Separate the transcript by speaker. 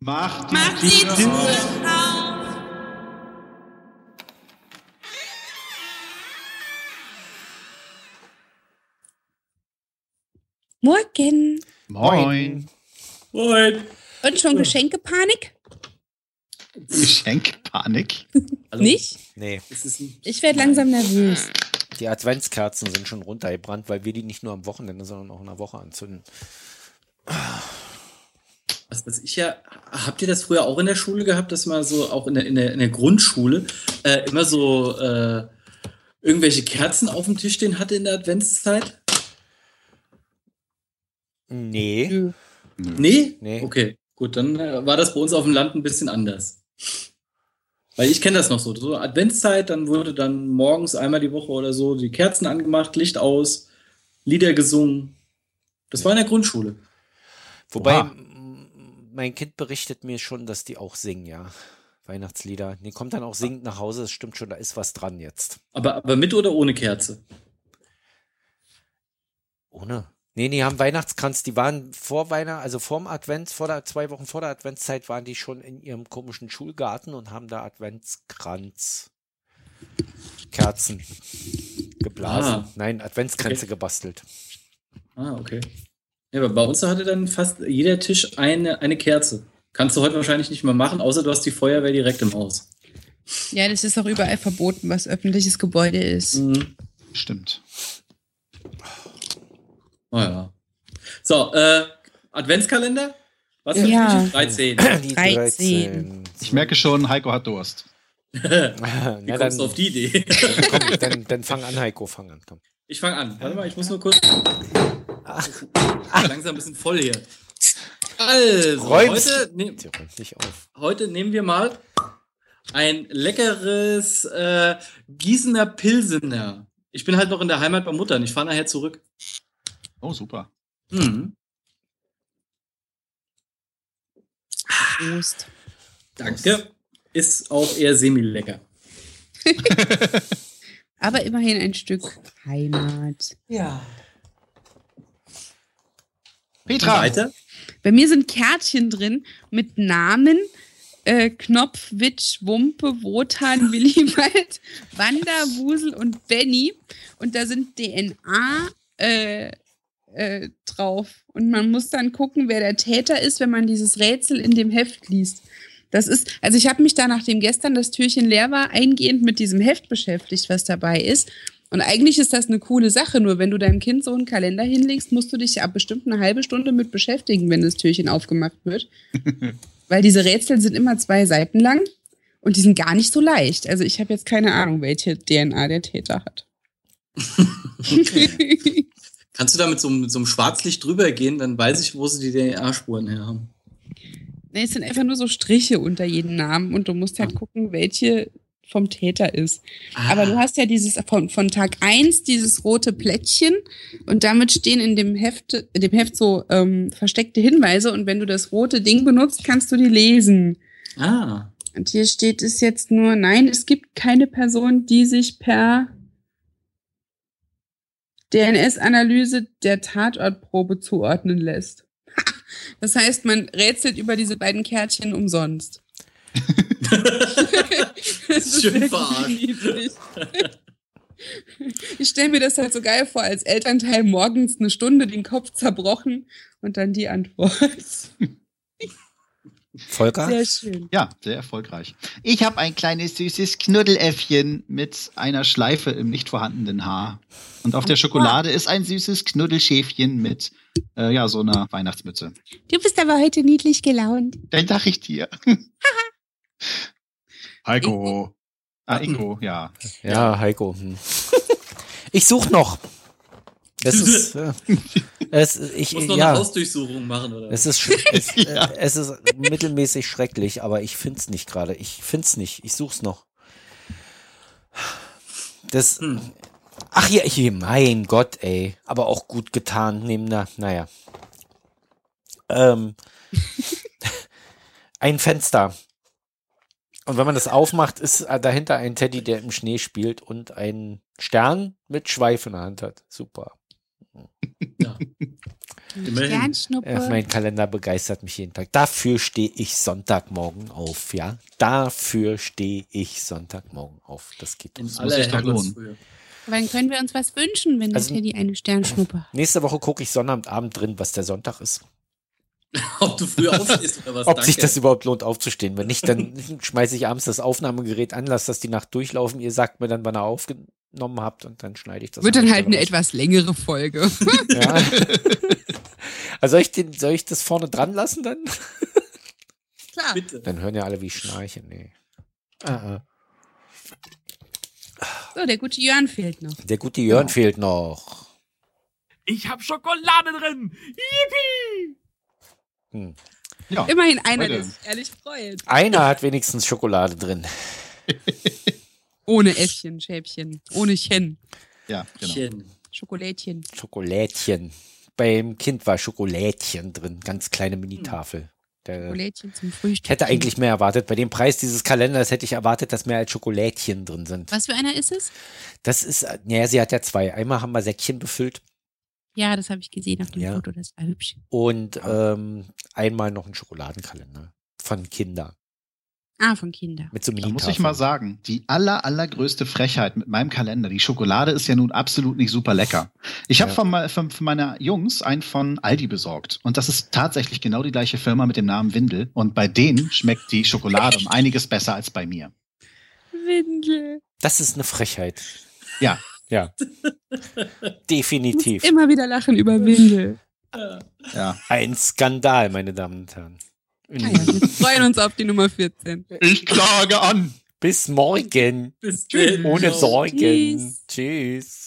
Speaker 1: Mach die, Mach die Tür, Tür auf. auf.
Speaker 2: Morgen.
Speaker 1: Moin.
Speaker 3: Moin.
Speaker 2: Und schon Geschenkepanik?
Speaker 1: Geschenkpanik?
Speaker 2: Also, Nicht?
Speaker 4: Nee,
Speaker 2: Ich werde langsam nervös.
Speaker 4: die Adventskerzen sind schon runtergebrannt, weil wir die nicht nur am Wochenende, sondern auch in der Woche anzünden.
Speaker 3: Was weiß ich ja, habt ihr das früher auch in der Schule gehabt, dass man so auch in der, in der, in der Grundschule äh, immer so äh, irgendwelche Kerzen auf dem Tisch stehen hatte in der Adventszeit?
Speaker 4: Nee.
Speaker 2: Nö.
Speaker 3: Nee?
Speaker 4: Nee.
Speaker 3: Okay, gut, dann äh, war das bei uns auf dem Land ein bisschen anders. Weil ich kenne das noch so. So Adventszeit, dann wurde dann morgens einmal die Woche oder so die Kerzen angemacht, Licht aus, Lieder gesungen. Das war in der Grundschule.
Speaker 4: Wobei,
Speaker 1: Oha.
Speaker 4: m- mein Kind berichtet mir schon, dass die auch singen, ja. Weihnachtslieder. Die kommt dann auch singend nach Hause, das stimmt schon, da ist was dran jetzt.
Speaker 3: Aber, aber mit oder ohne Kerze?
Speaker 4: Ohne. Nee, die haben Weihnachtskranz, die waren vor Weihnachten, also vorm Advent, vor der, zwei Wochen vor der Adventszeit waren die schon in ihrem komischen Schulgarten und haben da Adventskranz. Kerzen geblasen.
Speaker 3: Ah.
Speaker 4: Nein, Adventskränze gebastelt.
Speaker 3: Ah, okay. Ja, aber bei uns hatte dann fast jeder Tisch eine, eine Kerze. Kannst du heute wahrscheinlich nicht mehr machen, außer du hast die Feuerwehr direkt im Haus.
Speaker 2: Ja, das ist auch überall verboten, was öffentliches Gebäude ist.
Speaker 3: Mhm.
Speaker 1: Stimmt.
Speaker 3: Oh ja. So, äh, Adventskalender? Was für
Speaker 2: Ja.
Speaker 3: ein Tisch? 13.
Speaker 4: Die
Speaker 2: 13.
Speaker 1: Ich merke schon, Heiko hat Durst.
Speaker 4: Na,
Speaker 3: Wie
Speaker 4: dann,
Speaker 3: kommst du auf die Idee?
Speaker 4: komm, dann, dann fang an, Heiko, fang an. Komm.
Speaker 3: Ich fange an. Warte mal, ich muss nur kurz. Langsam ein bisschen voll hier. Also,
Speaker 4: Räumst
Speaker 3: heute, ne,
Speaker 4: Die räumt nicht auf.
Speaker 3: heute nehmen wir mal ein leckeres äh, Gießener Pilsener. Ich bin halt noch in der Heimat bei Muttern. Ich fahre nachher zurück.
Speaker 1: Oh, super.
Speaker 3: Mhm.
Speaker 2: Prost.
Speaker 3: Danke. Ist auch eher semi-lecker.
Speaker 2: Aber immerhin ein Stück Heimat.
Speaker 1: Petra,
Speaker 3: Weiter?
Speaker 2: Bei mir sind Kärtchen drin mit Namen. Äh, Knopf, Witsch, Wumpe, Wotan, Willibald, Wanda, Wusel und Benny. Und da sind DNA äh, äh, drauf. Und man muss dann gucken, wer der Täter ist, wenn man dieses Rätsel in dem Heft liest. Das ist, also ich habe mich da, nachdem gestern das Türchen leer war, eingehend mit diesem Heft beschäftigt, was dabei ist. Und eigentlich ist das eine coole Sache, nur wenn du deinem Kind so einen Kalender hinlegst, musst du dich ab bestimmt eine halbe Stunde mit beschäftigen, wenn das Türchen aufgemacht wird. Weil diese Rätsel sind immer zwei Seiten lang und die sind gar nicht so leicht. Also ich habe jetzt keine Ahnung, welche DNA der Täter hat.
Speaker 3: Kannst du da mit so, einem- mit so einem Schwarzlicht drüber gehen, dann weiß ich, wo sie die DNA-Spuren her haben.
Speaker 2: Nee, es sind einfach nur so Striche unter jedem Namen und du musst halt gucken, welche vom Täter ist. Aber du hast ja dieses von, von Tag 1 dieses rote Plättchen und damit stehen in dem Heft, in dem Heft so ähm, versteckte Hinweise und wenn du das rote Ding benutzt, kannst du die lesen.
Speaker 3: Ah,
Speaker 2: Und hier steht es jetzt nur, nein, es gibt keine Person, die sich per DNS-Analyse der Tatortprobe zuordnen lässt. Das heißt, man rätselt über diese beiden Kärtchen umsonst. Das
Speaker 3: Schön
Speaker 2: wirklich
Speaker 3: verarscht.
Speaker 2: niedlich. Ich stelle mir das halt so geil vor, als Elternteil morgens eine Stunde den Kopf zerbrochen und dann die Antwort.
Speaker 4: Volker?
Speaker 2: Sehr schön.
Speaker 1: Ja, sehr erfolgreich. Ich habe ein kleines süßes Knuddeläffchen mit einer Schleife im nicht vorhandenen Haar. Und auf der Schokolade ist ein süßes Knuddelschäfchen mit äh, ja, so einer Weihnachtsmütze.
Speaker 2: Du bist aber heute niedlich gelaunt.
Speaker 1: Den sag ich dir. Heiko. Ah, Ingo, ja.
Speaker 4: Ja, Heiko. hm. Ich suche noch. Das ist, äh, es, ich,
Speaker 3: muss noch eine
Speaker 4: ja,
Speaker 3: Hausdurchsuchung machen, oder?
Speaker 4: es ist, sch- es, äh, es ist mittelmäßig schrecklich, aber ich find's nicht gerade. Ich find's nicht. Ich such's noch. Das,
Speaker 3: Hm.
Speaker 4: ach ja, ich, mein Gott, ey. Aber auch gut getan, neben der, naja. Ähm, ein Fenster. Und wenn man das aufmacht, ist äh, dahinter ein Teddy, der im Schnee spielt und einen Stern mit Schweif in der Hand hat. Super.
Speaker 3: Ja. Immerhin.
Speaker 2: Sternschnuppe.
Speaker 4: Ach, mein Kalender begeistert mich jeden Tag. Dafür stehe ich Sonntagmorgen auf, ja. Dafür stehe ich Sonntagmgen auf. Das geht
Speaker 3: In
Speaker 4: uns.
Speaker 1: muss
Speaker 3: aller
Speaker 1: sich doch lohnen.
Speaker 3: Herrgottsfrühe.
Speaker 2: Wann können wir uns was wünschen, wenn
Speaker 4: Also-
Speaker 2: der Teddy eine Sternschnuppe hat?
Speaker 4: Nächste Woche gucke ich Sonnabendabend drin, was der Sonntag ist.
Speaker 3: Ob du früher aufstehst oder was?
Speaker 4: Ob sich das überhaupt lohnt, aufzustehen. Wenn nicht, dann schmeiße ich abends das Aufnahmegerät an, lasse das die Nacht durchlaufen. Ihr sagt mir dann, wann ihr aufgenommen habt und dann schneide ich das.
Speaker 2: Wird
Speaker 4: an
Speaker 2: dann
Speaker 4: der
Speaker 2: halt eine
Speaker 4: Stelle
Speaker 2: etwas längere Folge.
Speaker 4: raus. Ja. Also soll ich, den, soll ich das vorne dran lassen dann?
Speaker 2: Klar.
Speaker 3: Bitte.
Speaker 4: Dann hören ja alle, wie ich schnarche. Nee. Ah, ah.
Speaker 2: So, der gute Jörn fehlt noch.
Speaker 4: Der gute Jörn fehlt noch.
Speaker 5: Ich hab Schokolade drin. Yippie!
Speaker 4: Hm.
Speaker 1: Ja.
Speaker 2: Immerhin einer,
Speaker 1: Freude.
Speaker 2: der sich ehrlich freut.
Speaker 4: Einer hat wenigstens Schokolade drin.
Speaker 2: Ohne Äffchen, Schäbchen. Ohne Chen.
Speaker 1: ja, genau.
Speaker 3: Mädchen.
Speaker 2: Schokolädchen.
Speaker 4: Schokolädchen. Beim Kind war Schokolädchen drin. Ganz kleine Minitafel. Der,
Speaker 2: Schokolädchen zum
Speaker 4: ich
Speaker 2: Frühstück.
Speaker 4: hätte eigentlich mehr erwartet. Bei dem Preis dieses Kalenders hätte ich erwartet, dass mehr als Schokolädchen drin sind.
Speaker 2: Was für einer ist es?
Speaker 4: Das ist, äh, naja, sie hat ja zwei. Einmal haben wir Säckchen befüllt
Speaker 2: Ja, das habe ich gesehen auf dem
Speaker 4: Ja.
Speaker 2: Foto. Das war hübsch.
Speaker 4: und ähm, einmal noch einen Schokoladenkalender von Kinder.
Speaker 2: Ah, von Kinder.
Speaker 4: Mit so
Speaker 1: Da
Speaker 4: Minitafeln.
Speaker 1: muss ich mal sagen, die aller, allergrößte Frechheit mit meinem Kalender, die Schokolade ist ja nun absolut nicht super lecker. Ich habe
Speaker 4: Ja.
Speaker 1: von, me- von, von meiner Jungs einen von Aldi besorgt. Und das ist tatsächlich genau die gleiche Firma mit dem Namen Windel. Und bei denen schmeckt die Schokolade um einiges besser als bei mir.
Speaker 2: Windel.
Speaker 4: Das ist eine Frechheit.
Speaker 1: Ja.
Speaker 4: Ja. Definitiv.
Speaker 2: Immer wieder lachen über Windel.
Speaker 1: Ja.
Speaker 4: Ein Skandal, meine Damen und Herren.
Speaker 2: Naja, wir freuen uns auf die Nummer 14.
Speaker 1: Ich klage an.
Speaker 4: Bis morgen.
Speaker 3: Bis
Speaker 4: Ohne
Speaker 3: Ciao.
Speaker 4: Sorgen.
Speaker 2: Tschüss.
Speaker 4: Tschüss.